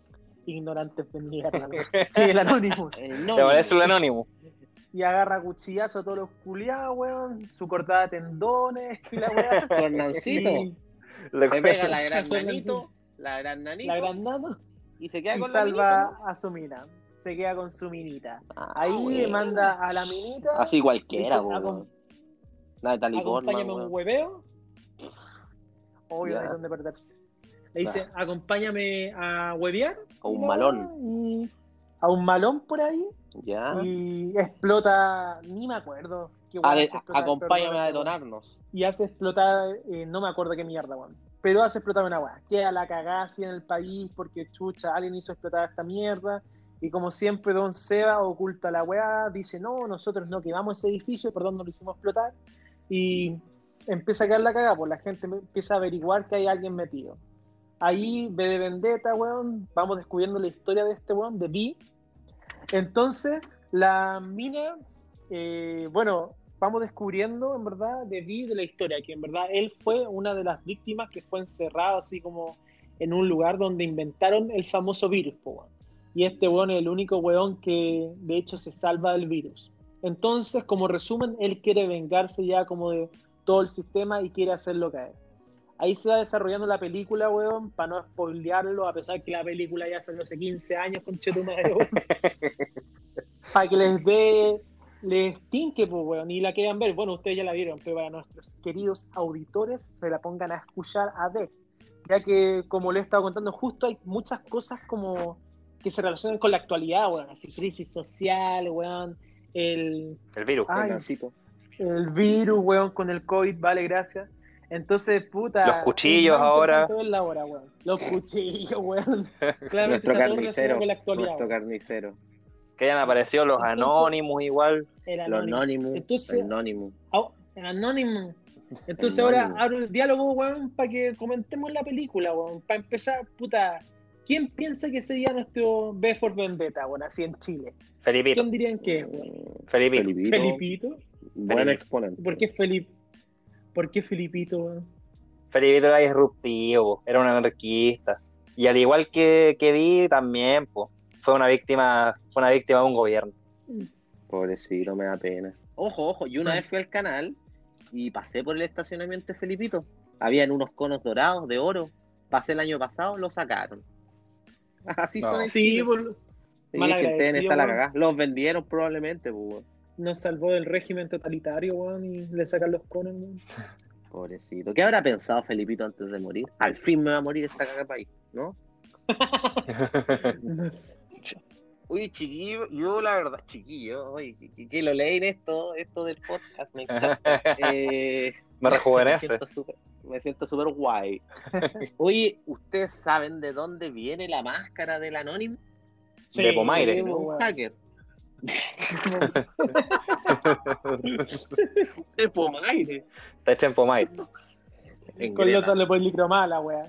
ignorantes de mierda. ¿no? Sí, el Anonymous.
El
Te aparece el
anónimo.
anónimo.
Y agarra cuchillazo a todos los culiados, weón. Su cortada de tendones y la weá.
Su Hernancito.
Y
Le-
Le pega la gran
Su
nanito. La gran nanito.
la gran nano.
Y se queda
Y
con la
salva
minita,
a su mina. Se queda con su minita.
¿no? Ah,
Ahí
bueno.
manda a la minita.
Así cualquiera,
Dice,
po,
"Acom-
weón. Natalie Portman,
acompáñame a un
weón.
hueveo. Obvio,
Ya.
no hay donde perderse. Le dice, acompáñame a huevear.
A un
Y la
malón.
weá, y- a un malón por ahí.
Ya.
y explota, ni me acuerdo. qué
A
weón
de-
hace explotar,
acompáñame
perdón,
a
esta weá.
detonarnos.
Y hace explotar, eh, no me acuerdo qué mierda, weón. Pero hace explotar una weá. Queda la cagada así en el país porque chucha, alguien hizo explotar esta mierda. Y como siempre, Don Seba oculta la weá, dice, no, nosotros no quemamos ese edificio, perdón, no lo hicimos explotar. Y empieza a caer la cagada, pues la gente empieza a averiguar que hay alguien metido. Ahí, B de Vendetta, weón, vamos descubriendo la historia de este weón, de B. Entonces, la mina, eh, bueno, vamos descubriendo, en verdad, de B, de la historia, que en verdad él fue una de las víctimas que fue encerrado así como en un lugar donde inventaron el famoso virus, po, weón. Y este weón es el único weón que de hecho se salva del virus. Entonces, como resumen, él quiere vengarse ya como de todo el sistema y quiere hacerlo caer. Ahí se va desarrollando la película, weón, para no spoilearlo, a pesar que la película ya salió hace 15 años con Chetumadeo. para que les dé, les tinque, pues, weón, y la quieran ver. Bueno, ustedes ya la vieron, pero para nuestros queridos auditores se la pongan a escuchar a ver. Ya que, como les he estado contando, justo hay muchas cosas como que se relacionan con la actualidad, weón, así crisis social, weón, el...
El virus. pues,
Ay,
weón.
Chico.
el virus, weón, con el COVID, vale, gracias. Entonces, puta.
Los cuchillos
es más
ahora.
interesante verla ahora, weón. Los cuchillos, weón. Claramente
Nuestro
está todo
carnicero.
relacionado con la actualidad,
Nuestro
weón.
carnicero.
Que hayan aparecido los
Entonces-
anónimos igual.
El
Los
anónimo.
Anonymous.
Entonces-
Anonymous.
Ah, El anónimo. Entonces
Anónimo.
ahora abro el diálogo, weón, para que comentemos la película, weón. Para empezar, puta. ¿Quién piensa que sería nuestro B for Vendetta, weón, así en Chile?
Felipito,
¿Quién dirían que es, weón?
Felipito.
Felipito,
¿Felipito?
Buen exponente.
¿Por qué Felip... ¿Por qué Felipito, weón?
Felipito era disruptivo, era un anarquista. Y al igual que, que vi, también po, fue una víctima, fue una víctima de un gobierno.
Pobrecito, me da pena. Ah. Ojo, ojo, yo una vez fui al canal y pasé por el estacionamiento de Felipito. Habían unos conos dorados de oro. Pasé el año pasado, lo sacaron. Así
No.
son en
Sí,
Chile.
por...
Sí,
mal
es que
agradecido,
estén, está la
weón.
cagada. Los vendieron probablemente, pues, weón.
nos salvó del régimen totalitario, weón, y le sacan los conos, weón.
Pobrecito. ¿Qué habrá pensado Felipito antes de morir? Al fin me va a morir esta caca país, ¿no?
No sé.
Uy, chiquillo, yo la verdad, chiquillo, oye, que, que lo leen esto, esto del podcast, me encanta. Eh,
Me este.
me
rejuvenece.
siento súper- me siento súper guay. Oye, ¿ustedes saben de dónde viene la máscara del anónimo?
De Pomaire.
sí,
De un
weón.
hacker. De Pomaire.
Está hecha en pomay.
En
Con
Grena.
los le ponen mala, weón.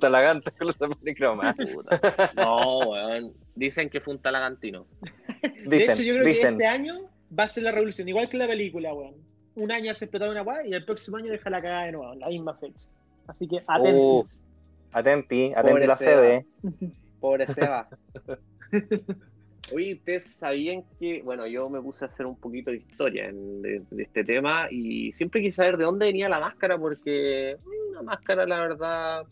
Talagante con los policromas.
Puta. No, weón. Dicen que fue un talagantino.
De
Dicen,
hecho, yo creo que
dicen.
este año va a ser la revolución, igual que la película, weón. Un año hace explotar una weá y el próximo año deja la cagada de nuevo, en la misma fecha. Así que
Uh,
atentos.
atenti, atenti
Pobre
la
Seba.
sede.
Pobre Seba. Oye, ustedes sabían que, bueno, yo me puse a hacer un poquito de historia en- de, de este tema y siempre quise saber de dónde venía la máscara porque mm, la máscara, la verdad,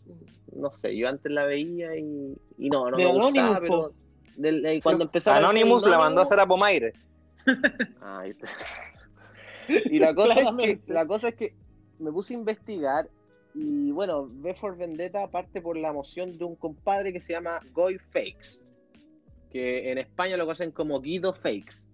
no sé, yo antes la veía y, y no, no
De
me gustaba,
Anonymous,
pero del- de- cuando empezó a
Anonymous
aparecer
la mandó a
Anonymous-
hacer a Pomaire.
Ah, este- y la cosa, es que,
Claramente.
la cosa es que me puse a investigar y bueno, B for Vendetta parte por la moción de un compadre que se llama Goy Fakes, que en España lo conocen como Guido Fakes,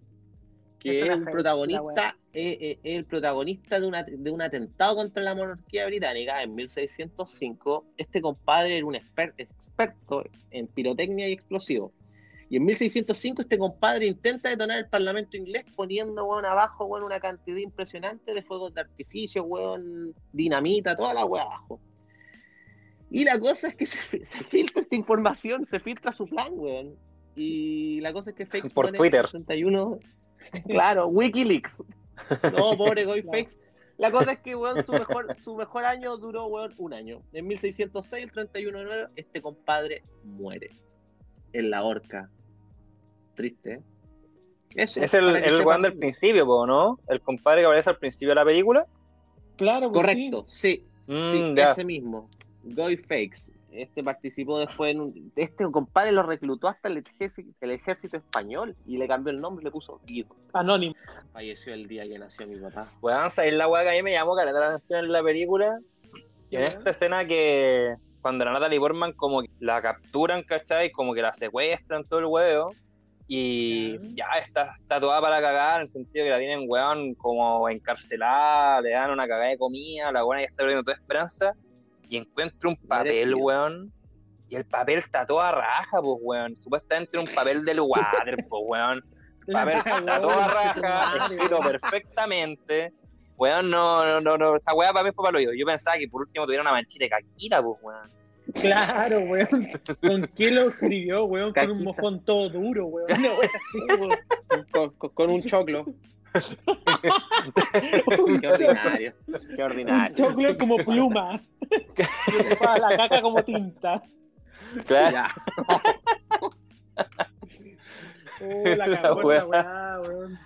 que
Me
es
suena
un
fake, la
protagonista,
wea.
eh, eh, es el protagonista de, una- de un atentado contra la monarquía británica en 1605. Este compadre era un exper- experto en pirotecnia y explosivos. Y en 1605 este compadre intenta detonar el parlamento inglés poniendo, weón, abajo, weón, una cantidad impresionante de fuegos de artificio, weón, dinamita, toda la weá abajo. Y la cosa es que se, fi- se filtra esta información, se filtra su plan, weón. Y la cosa es que Fakes
Por
pone
Twitter.
61, claro, Wikileaks. No, pobre Goy
Claro.
Fakes. La cosa es que, weón, su mejor, su mejor año duró, weón, un año. En 1606, el 31 de enero, este compadre muere en la horca. Triste, ¿eh? Eso,
Es el,
para que
el
sepan.
weón del principio, po, ¿no? El compadre que aparece al principio de la película.
Claro, pues
Correcto, sí.
Mm,
Sí,
ya.
ese mismo. Goy Fakes. Este participó después en un... Este compadre lo reclutó hasta el ejército, el ejército español y le cambió el nombre y le puso Guido.
sí. Anónimo.
Falleció el día que nació mi papá.
Weón, ¿sabes la weá que a mí me llamó caleta la atención en la película? Y en
Ya.
esta escena que cuando la Natalie Portman como que la capturan, ¿cachai? Como que la secuestran todo el huevo. Y ya está, está toda para cagar, en el sentido que la tienen, weón, como encarcelada, le dan una cagada de comida, la buena ya está perdiendo toda esperanza. Y encuentra un papel,
Merecido.
weón, Y el papel está toda raja, pues, weón. Supuestamente era un papel del water, pues, weón. Papel está toda raja, escrito perfectamente. Weón, no, no, no, no. Esa weá para mí fue para lo yo. Yo pensaba que por último tuviera una manchita de caquita, pues, weón.
Claro, weón. ¿Con quién lo escribió, weón? Con un
Caquita.
mojón todo duro, weón. Una wea así, weón.
Con, con- con un choclo.
Un
Qué
choclo-
ordinario. Qué
Un
ordinario.
choclo como pluma. Y ocupaba la caca como tinta.
Claro.
Ya.
Oh, la cagó
wea.
esa weá, weón.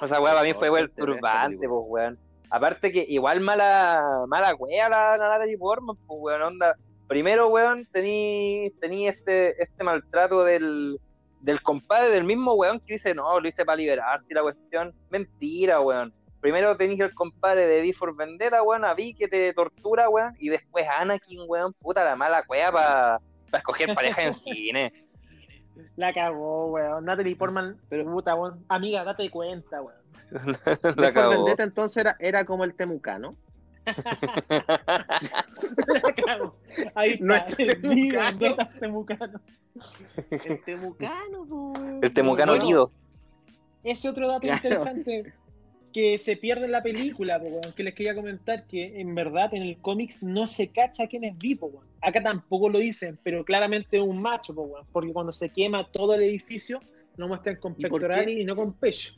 O sea, weón, para mí
No,
fue weón
este resto,
turbante,
película.
pues, weón. Aparte que igual mala, mala wea la, la Natalie Portman, pues, weón, onda. Primero, weón, tení, tení este, este maltrato del, del compadre del mismo weón que dice, no, lo hice para liberarte la cuestión. Mentira, weón. Primero tenís el compadre de Before Vendetta, weón, a Vi que te tortura, weón. Y después Anakin, weón, puta la mala wea para escoger pareja en cine.
La cagó, weón. Natalie Portman,
Pero-
puta, weón. Amiga, date cuenta, weón.
la
Después
cagó.
Vendetta entonces era, era como el temucano.
La cagó. Ahí está.
No es
el vivo,
temucano.
no es temucano.
El temucano, pues.
El temucano
Bueno,
Guido.
Es otro dato
Claro.
interesante que se pierde en la película, po, weón, que les quería comentar que en verdad en el cómics no se cacha quién es Vi, po, weón. acá tampoco lo dicen, pero claramente es un macho, po, weón, porque cuando se quema todo el edificio lo muestran con
¿Y por
pectoral
qué?
y, no con pecho.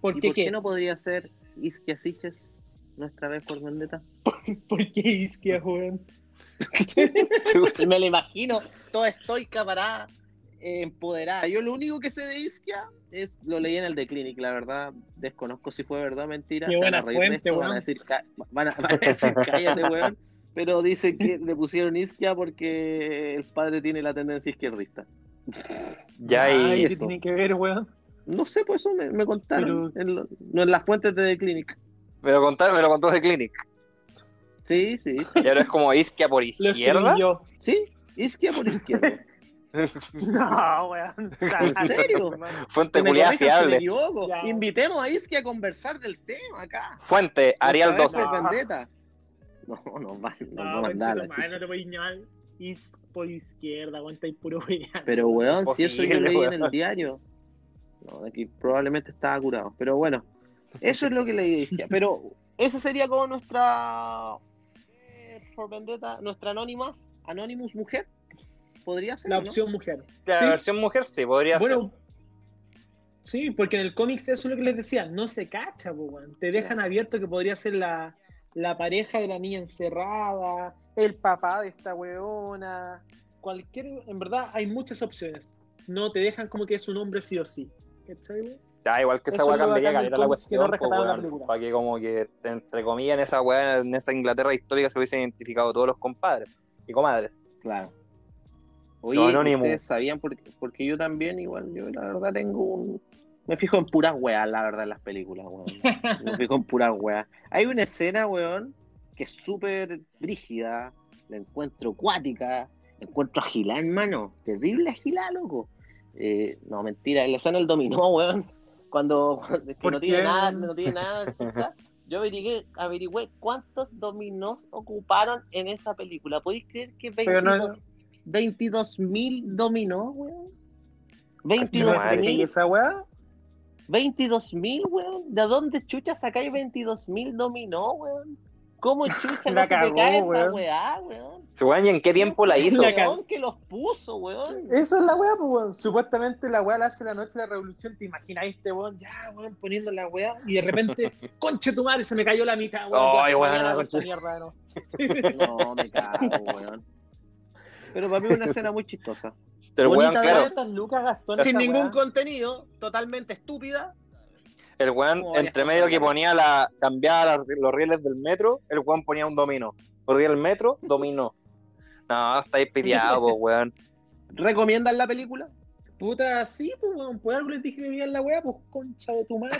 ¿Por
¿Y
qué
por
qué?
qué no podría ser Iskia Siches nuestra vez por Vendetta?
¿Por qué Isquia, weón?
Me lo imagino, toda estoica parada, eh, empoderada. Yo lo único que sé de Iskia es, lo leí en el de Clinic, la verdad, desconozco si fue verdad o mentira.
Qué
Se van a
buena
reír de
fuente,
esto, van
weón.
a decir, ca- van a, van a decir, cállate, weón. Pero dice que le pusieron Iskia porque el padre tiene la tendencia izquierdista.
Ya
Ay,
y
¿qué
eso.
tiene que ver, weón?
No sé, pues eso me, me contaron. En, lo- no, en las fuentes de The Clinic.
Me lo contaron, me lo contó de Clinic.
Sí, sí.
Y ahora es como Isquia por
Lo escribí
izquierda.
yo.
Sí, Isquia por izquierda.
No, weón.
¿En serio?
Fuente
Me
culiada
corrijan si me
fiable.
equivoco.
Ya.
Invitemos a Isquia a conversar del tema acá.
Fuente, Arial
Otra vez
12.
por
No.
Vendetta. No, nos va, nos va a
No,
mandar. la
conchito, madre,
chucha.
no te voy a ñar. Is por izquierda, aguanta y puro wea.
Pero, weón, si eso yo
Imposible,
leí en
weón.
el diario. No, aquí probablemente estaba curado. Pero bueno, eso es lo que leí de Isquia. Pero esa sería como nuestra. eh, por Vendetta, nuestra Anonymous, Anonymous mujer. Podría ser.
La
¿no?
opción mujer.
La
Sí.
versión mujer sí, podría ser.
Bueno, sí, porque en el cómics eso es lo que les decía, no se cacha, po, weón. Te dejan abierto que podría ser la, la pareja de la niña encerrada, el papá de esta weona, cualquier, en verdad hay muchas opciones. No te dejan como que es un hombre sí o sí. ¿Cachai, weón?
Ya, Ah, igual que esa
eso
weá
es lo
cambiaría
bacán del
caleta la
cómic, que
cuestión,
no
pues,
rescataron la
weón.
película.
Para que como que, entre comillas, en esa weá, en esa Inglaterra histórica se hubiesen identificado todos los compadres y comadres.
Claro. Oye,
Lo anónimo.
ustedes sabían por- porque yo también igual, yo la verdad tengo un me fijo en puras weas, la verdad, en las películas, weón. Me fijo en puras weas. Hay una escena, weón, que es súper brígida, la encuentro cuática, la encuentro agilada, hermano. Terrible agilada, loco. Eh, no, mentira, la escena del dominó, weón. Cuando es que
¿Por
no tiene
qué?
nada, no tiene nada. ¿verdad? Yo averigué, averigüé cuántos dominós ocuparon en esa película. ¿Podéis creer que 22
Pero no-
22 mil dominó, weón.
Conchetumare.
22 mil,
esa weá?
22 mil, weón. ¿De dónde chucha sacáis 22 mil dominó, weón? ¿Cómo chucha no
La
se
cagó,
te cae
weón.
esa weá, weón?
Su weón, ¿y en qué tiempo la hizo?
La ca-
Weón que los puso, weón.
Eso es la weá, pues, weón. Supuestamente la weá la hace la noche de la revolución. ¿Te imaginas este weón? Ya, weón, poniendo la weá. Y de repente, conche tu madre, se me cayó la mitad, weón.
Ay,
Ya,
weón,
mañana
la
hago esta
concha.
mierda, ¿no?
No, me cago, weón. Pero para mí es una escena muy chistosa.
El weón,
bonita de
claro,
ver.
¿Cuántas lucas gastó en
Sin
esa
ningún
weá?
contenido, totalmente estúpida.
el weón,
Como
entre
varias
medio que
cosas.
ponía la, cambiaba la- los rieles del metro, el weón ponía un dominó. Corría el metro, dominó. No, estáis piteados, pues, weón.
¿Recomiendan la película?
Puta, sí, pues, weón. Por algo les dije que vivían la weá, pues, concha de tu madre.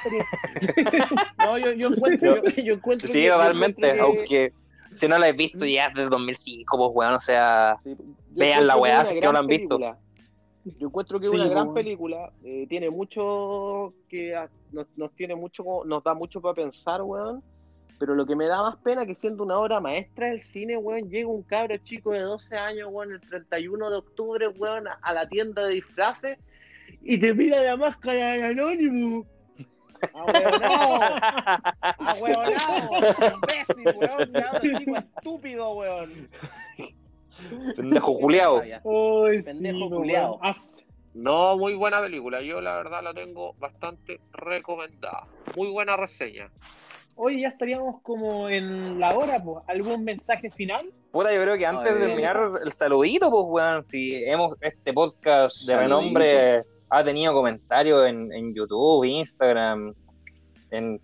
No, yo, yo encuentro, yo, yo encuentro que-
Sí,
yo
totalmente.
encuentro que-
Aunque si no la has visto ya desde el 2005, pues, weón, o sea.
Sí, yo
Vean
encuentro
la
que
weá,
es una
si es que
gran
no la han visto.
película. Yo encuentro que es
Sí,
una
po,
gran
weón.
película. eh, tiene mucho que a- nos, nos tiene mucho, como- nos da mucho para pensar, weón. Pero lo que me da más pena que siendo una obra maestra del cine, weón, llega un cabro chico de 12 años, weón, el 31 de octubre, weón, a- a la tienda de disfraces y te mira la máscara del anónimo.
¡Ahueonao! ¡Ahueonao! ¡Imbécil, weón! ¡Cabro chico estúpido, weón!
Pendejo
Ah,
Juliao.
Ay, sí,
Pendejo
no,
culiao.
weón. As-
No, muy buena película. Yo la verdad la tengo bastante recomendada. Muy buena reseña.
Hoy ya estaríamos como en la hora, pues. ¿Algún mensaje final?
Puta, yo creo que antes de
Ay.
terminar el saludito, pues, weón, si hemos, este podcast de
Saludito.
renombre ha tenido comentarios en, en YouTube, Instagram, en,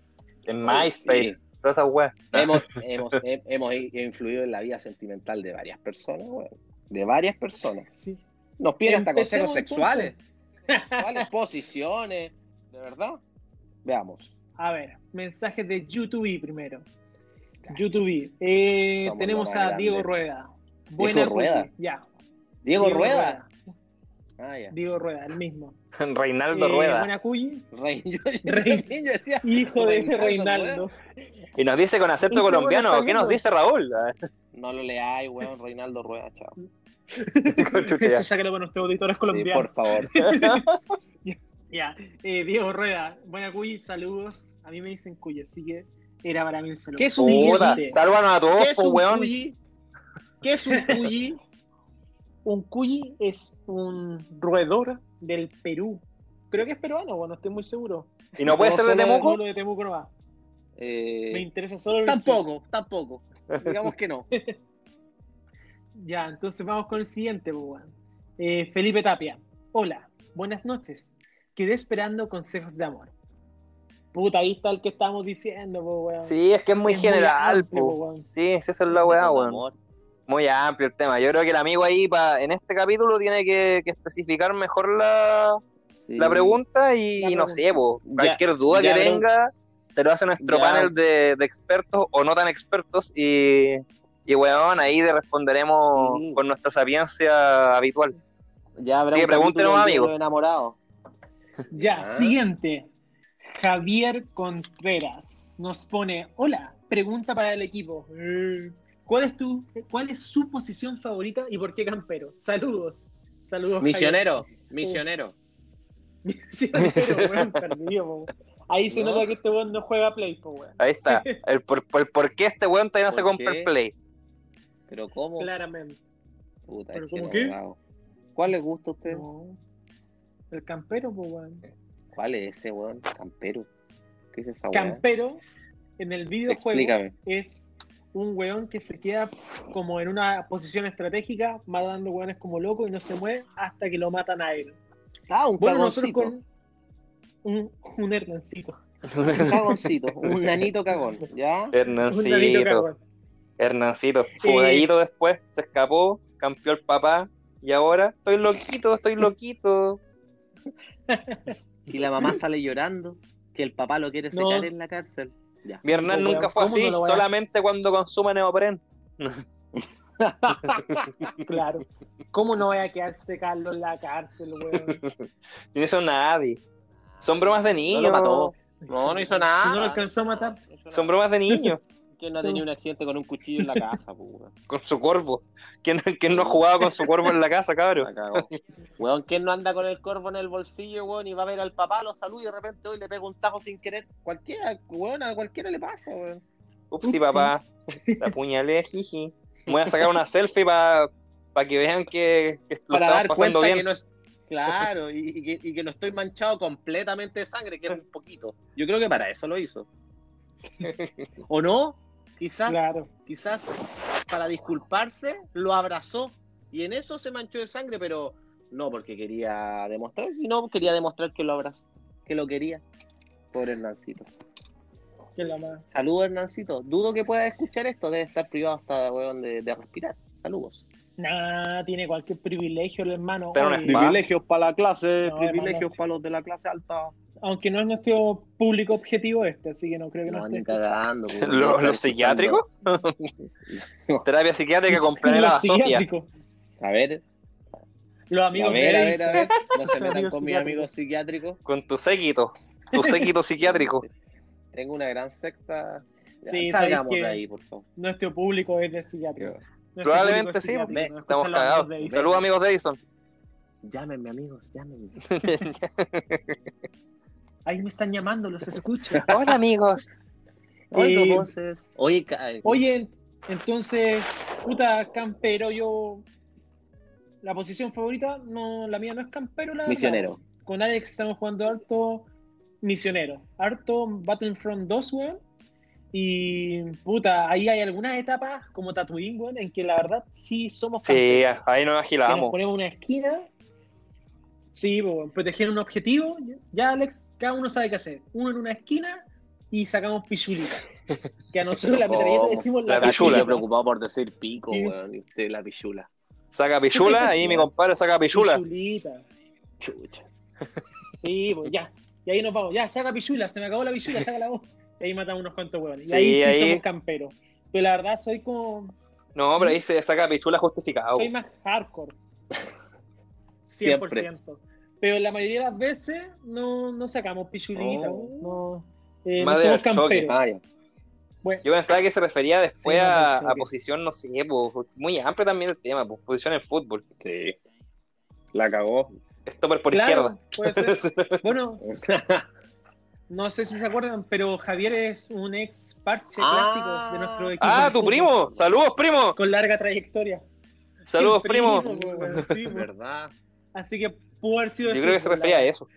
en
Ay,
MySpace,
sí.
todas esas weas.
Hemos, hemos, he- hemos influido en la vida sentimental de varias personas, weón. De varias personas.
Sí.
Nos piden hasta
Empecemos,
consejos sexuales. sexuales, posiciones, de verdad. Veamos.
A ver, mensajes de YouTube primero. YouTube. Eh,
Somos
tenemos
los
a
más
Diego
grandes.
Rueda. Buena
Diego Rueda.
Cookie. Ya.
Diego, Rueda. Ah, ya.
Diego Rueda, el mismo.
Reinaldo
Eh,
Rueda.
Buena Cookie,
Rey, yo,
Rey-
yo decía,
hijo de
Reinaldo
Reinaldo.
Y nos dice con acento
Ese weón
colombiano,
está
¿qué nos
viendo.
dice Raúl? Ah,
no lo leáis, weón, Reinaldo Rueda, chao. Sí,
Chucha, ya.
Eso sácalo para nuestros auditores colombianos.
por favor.
Ya, eh, Diego Rueda, buena Cuy, saludos. A mí me dicen Cuy, así que era para mí un saludo.
¿Qué es un
Puta,
Siguiente.
sálvanos a todos,
¿Qué es
pues,
un
weón.
cuyi? ¿Qué es un cuyi?
Un Cuy es un roedor del Perú. Creo que es peruano, bueno, estoy muy seguro.
¿Y no puede
No,
ser de
solo-
No,
Temuco?
lo de Temuco no va. Me
Eh,
interesa solo el
tampoco, tampoco. Digamos que no.
Ya, entonces vamos con el siguiente, po, weón. Eh, Felipe Tapia. Hola, buenas noches. Quedé esperando consejos de amor. Puta, ahí está el que estábamos diciendo, po, weón.
Sí, es que es muy
Es
general, pues.
amplio,
po.
po, weón.
Sí, sí, eso es la weá,
Por
weón.
favor.
Muy amplio el tema. Yo creo que el amigo ahí pa- en este capítulo tiene que, que especificar mejor la,
Sí.
la pregunta y
La
no
pregunta.
sé, po,
Ya,
cualquier duda
ya,
que
pero-
tenga se lo hace nuestro
Ya.
panel de, de expertos o no tan expertos y, y weón, ahí le responderemos
Sí.
con nuestra sapiencia habitual.
Ya habrá
Sí,
un
pregúntenos,
capítulo de
amigo.
Los enamorados.
Ya,
Ah.
siguiente. Javier Contreras nos pone, hola, pregunta para el equipo. Eh, ¿Cuál es tu, cuál es su posición favorita y por qué campero? Saludos. Saludos.
Misionero, misionero.
Javier. Misionero, weón, perdido, po. Ahí se
No.
nota que este weón no juega play, po, weón.
Ahí está. El por, por- por qué este weón todavía no se
¿Por
compra
qué?
el play.
Pero ¿cómo?
Claramente.
Puta,
¿Pero
es que
cómo
no
qué?
lo hago. ¿Cuál les gusta a ustedes?
No. El campero, po, weón.
¿Cuál es ese, weón? Campero. ¿Qué es esa weón?
Campero en el videojuego
Explícame.
es un weón que se queda como en una posición estratégica, matando weones como loco y no se mueve hasta que lo matan a él.
Ah, un
Bueno, nosotros
cagoncito.
con un, un hernancito.
Un cagoncito, un nanito cagón, ¿ya?
Ah,
Un nanito
Hernancito,
cagón.
Hernancito, fugadito después, se escapó, campeó el papá y ahora estoy loquito, estoy loquito.
Y la mamá sale llorando que el papá lo quiere
No.
secar en la cárcel. Ya.
Mi Hernán
Sí, pues,
nunca
weón,
fue
¿cómo
así,
no lo voy a
solamente cuando consuma neopren.
Claro. ¿Cómo no voy a quedarse Carlos en la cárcel, weón?
No hizo nadie. Son bromas de
No
niños.
lo mató.
No, no hizo nada.
Si no lo alcanzó a matar,
Son bromas de niños.
¿Quién no ha tenido un accidente con un cuchillo en la casa, po, weón?
Con su cuervo. ¿Quién, quién no ha jugado con su cuervo en la casa,
La
cabrón?
cagó. Weón, ¿quién no anda con el corvo en el bolsillo, weón? Y va a ver al papá, lo saluda y de repente hoy le pega un tajo sin querer. Cualquiera, weón, a cualquiera le pasa, weón.
Upsi, papá. La apuñalé, jiji. Voy a sacar una selfie para que vean que, que lo
Para
estamos
dar
pasando
cuenta
bien.
que no es. Claro, y, y que, y que no estoy manchado completamente de sangre, que es un poquito. Yo creo que para eso lo hizo. ¿O no? Quizás,
claro.
quizás para disculparse lo abrazó y en eso se manchó de sangre, pero no porque quería demostrar, sino quería demostrar que lo abrazó, que lo quería. Pobre Hernancito.
Que la ma-
Saludos, Hernancito. Dudo que pueda escuchar esto. Debe estar privado hasta, weón, de, de respirar. Saludos.
Nah, tiene cualquier privilegio el hermano.
Está en una
Oye,
spa.
Privilegios para la clase,
No, privilegios
para los de la clase alta.
Aunque no es nuestro público objetivo este, así que no creo que
No,
nos esté
ni
escuchando.
cagando. pues,
¿Lo-
weón,
¿Los,
estar
psiquiátricos?
escuchando.
Terapia psiquiátrica con Planera
Los
Sofía.
psiquiátricos,
A ver,
Los
a ver, a
amigos
ver, a
de
ver,
Edison.
No se metan
amigos
con mis
psiquiátricos.
amigos psiquiátricos.
Con tu séquito. Tu séquito psiquiátrico.
Tengo una gran secta Ya,
Sí,
salgamos
¿sabes qué?
de ahí, por favor.
Nuestro público es de psiquiatra. Nuestro
Probablemente
público es
sí,
psiquiátrico,
ve,
nos
Estamos
escuchan los
cagados.
amigos de Edison.
Saludos amigos de Edison.
Llámenme, amigos, llámenme.
Ahí me están llamando, los escucho.
Hola amigos.
Oigo
Eh,
voces. Oye, ca-
Oye, ent- entonces, puta, campero, yo. La posición favorita, no, la mía no es campero, la verdad.
misionero.
Con Alex estamos jugando harto misionero, harto Battlefront 2, weón. Y puta, ahí hay algunas etapas como Tatooine, weón, en que la verdad sí somos
Sí,
camperos.
ahí nos
Que nos
agilamos.
ponemos una esquina. Sí, weón, proteger un objetivo. Ya, Alex, cada uno sabe qué hacer. Uno en una esquina y sacamos pichulita. Que a nosotros la metralleta
Oh,
decimos
la
la,
Casi
pichula.
yo preocupado por decir pico,
Sí.
weón. Y usted la pichula.
Saca pichula, ahí mi compadre saca pichula.
Pichulita.
Chucha.
Sí, pues ya. Y ahí nos vamos. Ya, saca pichula, se me acabó la pichula, saca la voz. Y ahí matamos unos cuantos huevones. Y
Sí,
ahí sí
ahí-
somos camperos. Pero la verdad soy como.
No, pero ahí se saca pichula justificado.
Soy más hardcore. 100%.
Siempre.
Pero la mayoría de las veces no, no sacamos pichulita.
Oh.
No, eh, no
Más de
somos
al choque.
camperos.
Ah, ya.
Bueno,
Yo pensaba que se refería después
Sí, no,
a,
del choque.
a posición, no sé, po, muy amplio también el tema, po, posición en fútbol.
Sí. La cagó.
Stopper por
claro,
izquierda.
puede ser. bueno, no sé si se acuerdan, pero Javier es un ex parche
Ah.
clásico de nuestro equipo.
Ah,
de
tu
fútbol,
primo. Saludos, primo.
Con larga trayectoria.
Saludos,
Sí,
primo.
pues, sí, pues.
¿Verdad?
Así que pudo haber sido.
Yo creo que se refería a eso.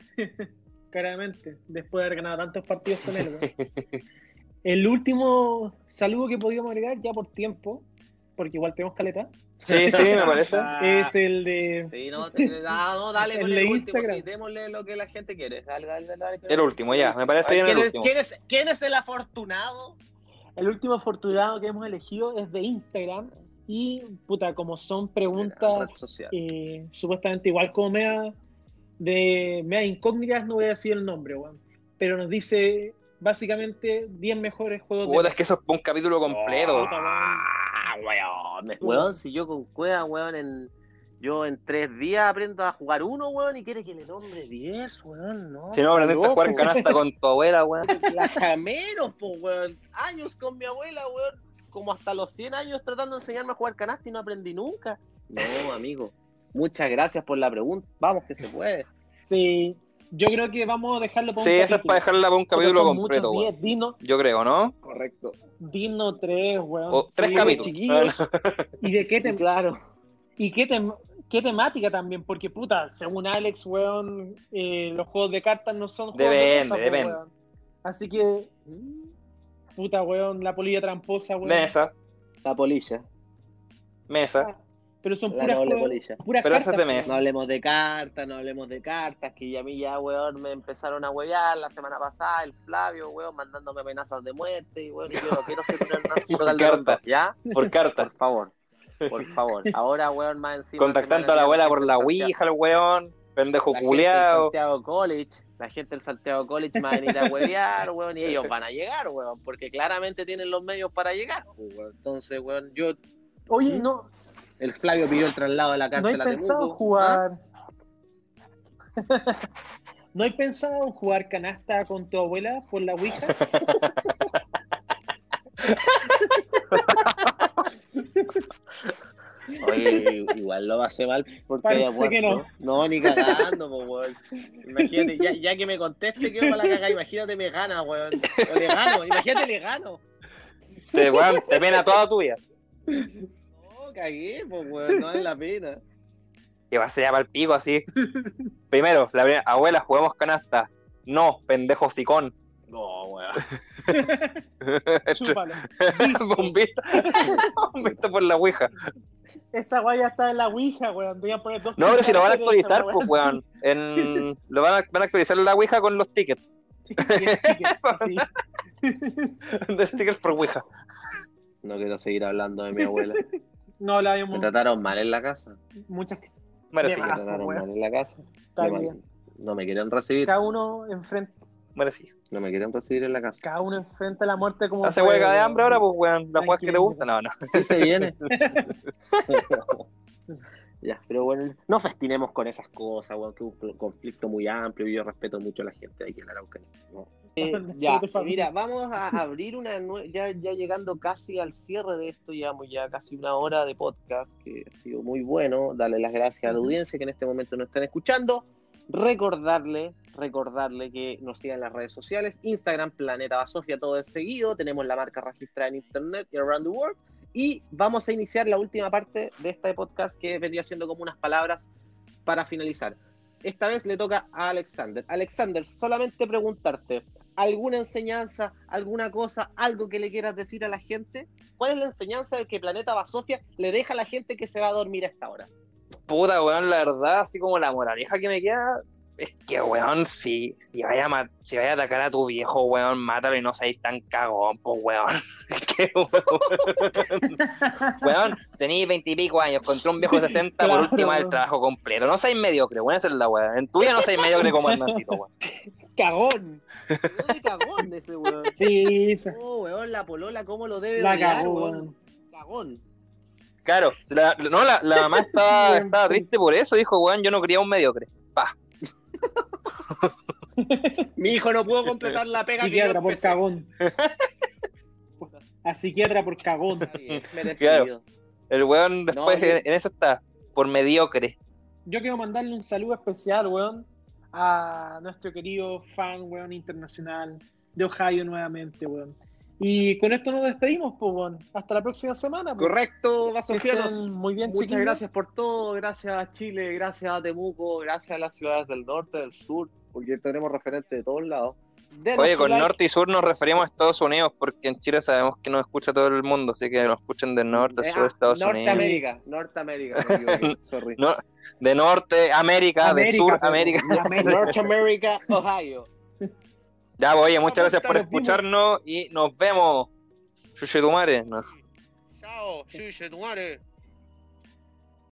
Claramente, después de haber ganado tantos partidos con él. weón. El último saludo que podíamos agregar, ya por tiempo, porque igual tenemos caleta,
Sí, sí, me parece.
Ah.
es el de.
Sí, no, te- ah, no dale con
El
el,
de
último,
Instagram.
sí, démosle lo que la gente quiere. Dale, dale, dale.
El último, ya. Me parece bien
¿Quién
el
es,
último.
quién es- quién es el afortunado?
El último afortunado que hemos elegido es de Instagram. Y, puta, como son preguntas
Red social.
eh, supuestamente igual como mea, de mea incógnitas, no voy a decir el nombre, weón. Pero nos dice básicamente 10 mejores juegos
Puta,
de Oh,
es que eso es un capítulo completo.
Puta, weón.
Ah, weón. me- Weón, si yo con cueva, weón, en, yo en tres días aprendo a jugar uno, weón, y quiere que le nombre diez, weón, ¿no?
Si no, aprendiste a
Loco.
jugar canasta con tu abuela, weón.
La Jamero, po, weón. Años con mi abuela, weón. Como hasta los 100 años tratando de enseñarme a jugar canasta y no aprendí nunca. No, amigo. Muchas gracias por la pregunta. Vamos, que se puede.
Sí, yo creo que vamos a dejarlo para
Sí,
un
eso es
capítulo.
para dejarla para un
Porque
capítulo
son
completo,
muchos
weón.
diez, Dino,
Yo creo, ¿no?
Correcto.
Dino tres, weón.
O tres
Sí,
capítulos. Ah,
chiquillos.
¿Y de qué tem-
Claro.
y qué, tem- qué temática también? Porque, puta, según Alex, weón, eh, los juegos de cartas no son juegos
Depende,
mesa, pues,
depende.
weón. Así que, puta, weón, la polilla tramposa, weón.
Mesa,
La polilla.
mesa.
Pero son
La
puras,
doble
juegos-
polilla.
puras
Pero esa
Ah, cartas.
es de mesa.
No hablemos de cartas, no hablemos de cartas, que ya a mí ya, weón, me empezaron a huevear la semana pasada, el Flavio, weón, mandándome amenazas de muerte, y weón, y yo no quiero ser un Hernancito
Por
Calderón,
carta.
¿ya?
Por carta.
Por favor, por favor. Ahora, weón, más encima...
Contactando a la abuela por la Ouija, el weón. Pendejo
la gente del
culeado.
Santiago College, la gente del Santiago College va a venir a huevear, weón, y ellos van a llegar, weón, porque claramente tienen los medios para llegar, pues, weón. Entonces, weón, yo...
Oye, no,
El Flavio pidió el traslado de la
no he
cárcel a
pensado
Temuco. ¿Ah?
jugar.
¿Ah?
¿No he pensado jugar canasta con tu abuela por la Ouija?
Oye, igual lo pasé mal porque
Parece
había muerto.
que no.
ni cagando, po, weón. Imagínate, ya, ya que me conteste, quedo para la cagada. Imagínate, me gana, weón. O le gano, imagínate, le gano.
Te, weón, te pena toda tu vida.
No, cagué, pues, weón, no vale la pena.
Que va a ser para el pico así. Primero, la primera, abuela, juguemos canasta. No, pendejo sicón. Este,
No, weón.
Chúpalo.
Bombita. Bombita por la ouija.
Esa guaya está en la Ouija, weón. Voy a poner dos
No, pero si lo van a
cartas de esa,
actualizar, pues, weón. En- lo van a, van a actualizar la ouija con los tickets.
Sí, sí, sí, sí.
De tickets por ouija.
No quiero seguir hablando de mi abuela.
No la habíamos
Me trataron mal en la casa.
muchas
Merecía,
Me
Ah,
trataron
weón.
mal en la casa.
está
No me-
bien.
No me quieren recibir.
Cada uno enfrenta,
merecía.
No me quieren recibir en la casa.
cada uno enfrenta la muerte como
Hace
puede,
huelga de
weón.
hambre ahora, pues, weón. Las
Tranquilo.
weas que te gustan, no, no.
Sí se viene. ya, pero
weón. No festinemos con esas cosas, weón, que es un conflicto muy amplio y yo respeto mucho a la gente de aquí en Araucanía. ¿no?
Eh,
Nosotros
ya,
familia.
mira, vamos a abrir una nue- ya, ya llegando casi al cierre de esto, llevamos ya casi una hora de podcast, que ha sido muy bueno. Darle las gracias a la audiencia que en este momento nos están escuchando. Recordarle, recordarle que nos sigan en las redes sociales, Instagram, Planeta Basofia, todo es seguido. Tenemos la marca registrada en internet y around the world. Y vamos a iniciar la última parte de este podcast que vendría siendo como unas palabras para finalizar. Esta vez le toca a Alexander. Alexander, solamente preguntarte, ¿alguna enseñanza, alguna cosa, algo que le quieras decir a la gente? ¿Cuál es la enseñanza que Planeta Basofia le deja a la gente que se va a dormir a esta hora?
Puta, weón, la verdad, así como la moraleja que me queda, es que, weón, si, si, vaya, a ma- si vaya a atacar a tu viejo, weón, mátalo y no seáis tan cagón, pues, weón. Es que, weón, weón tenéis veintipico años contra un viejo de 60,
Claro,
por última el
weón.
trabajo completo. No seáis mediocre, weón, esa es la weón. En tu vida no seáis mediocre como Hernancito, weón.
¡Cagón! ¡Qué cagón ese weón!
Sí, esa-
Oh, weón, la polola, ¿cómo lo debe
la
odiar,
cagó,
weón?
weón.
¡Cagón!
Claro, se la- no, la, la mamá estaba, estaba triste por eso, dijo, weón, yo no quería un mediocre. Pa.
Mi hijo no pudo completar la pega que yo
Psiquiatra por
empecé.
cagón. A psiquiatra por cagón.
Está bien, merecido.
Claro. El weón después
yo-
en, en eso está, por mediocre.
Yo quiero mandarle un saludo especial, weón, a nuestro querido fan, weón, internacional de Ohio nuevamente, weón. Y con esto nos despedimos, pues, weón. Hasta la próxima semana. pues.
Correcto,
Que
Basofianos.
estén Muy bien,
Muchas
chiquillos.
gracias por todo, gracias a Chile, gracias a Temuco, gracias a las ciudades del norte, del sur, porque tenemos referentes de todos lados. Denos
Oye,
su
con
like.
norte y sur nos referimos a Estados Unidos porque en Chile sabemos que nos escucha todo el mundo, así que nos escuchen de norte,
Eh,
sur,
ah,
Estados Unidos.
Norteamérica, Norteamérica, me equivoqué, sorry.
No, de norte, América, de
América,
sur,
pues,
América.
North America, Ohio.
Ya, pues, oye, muchas gracias por
nos vimos.
escucharnos y nos vemos. Chuchetumare. No.
Chao, chuche, tu madre.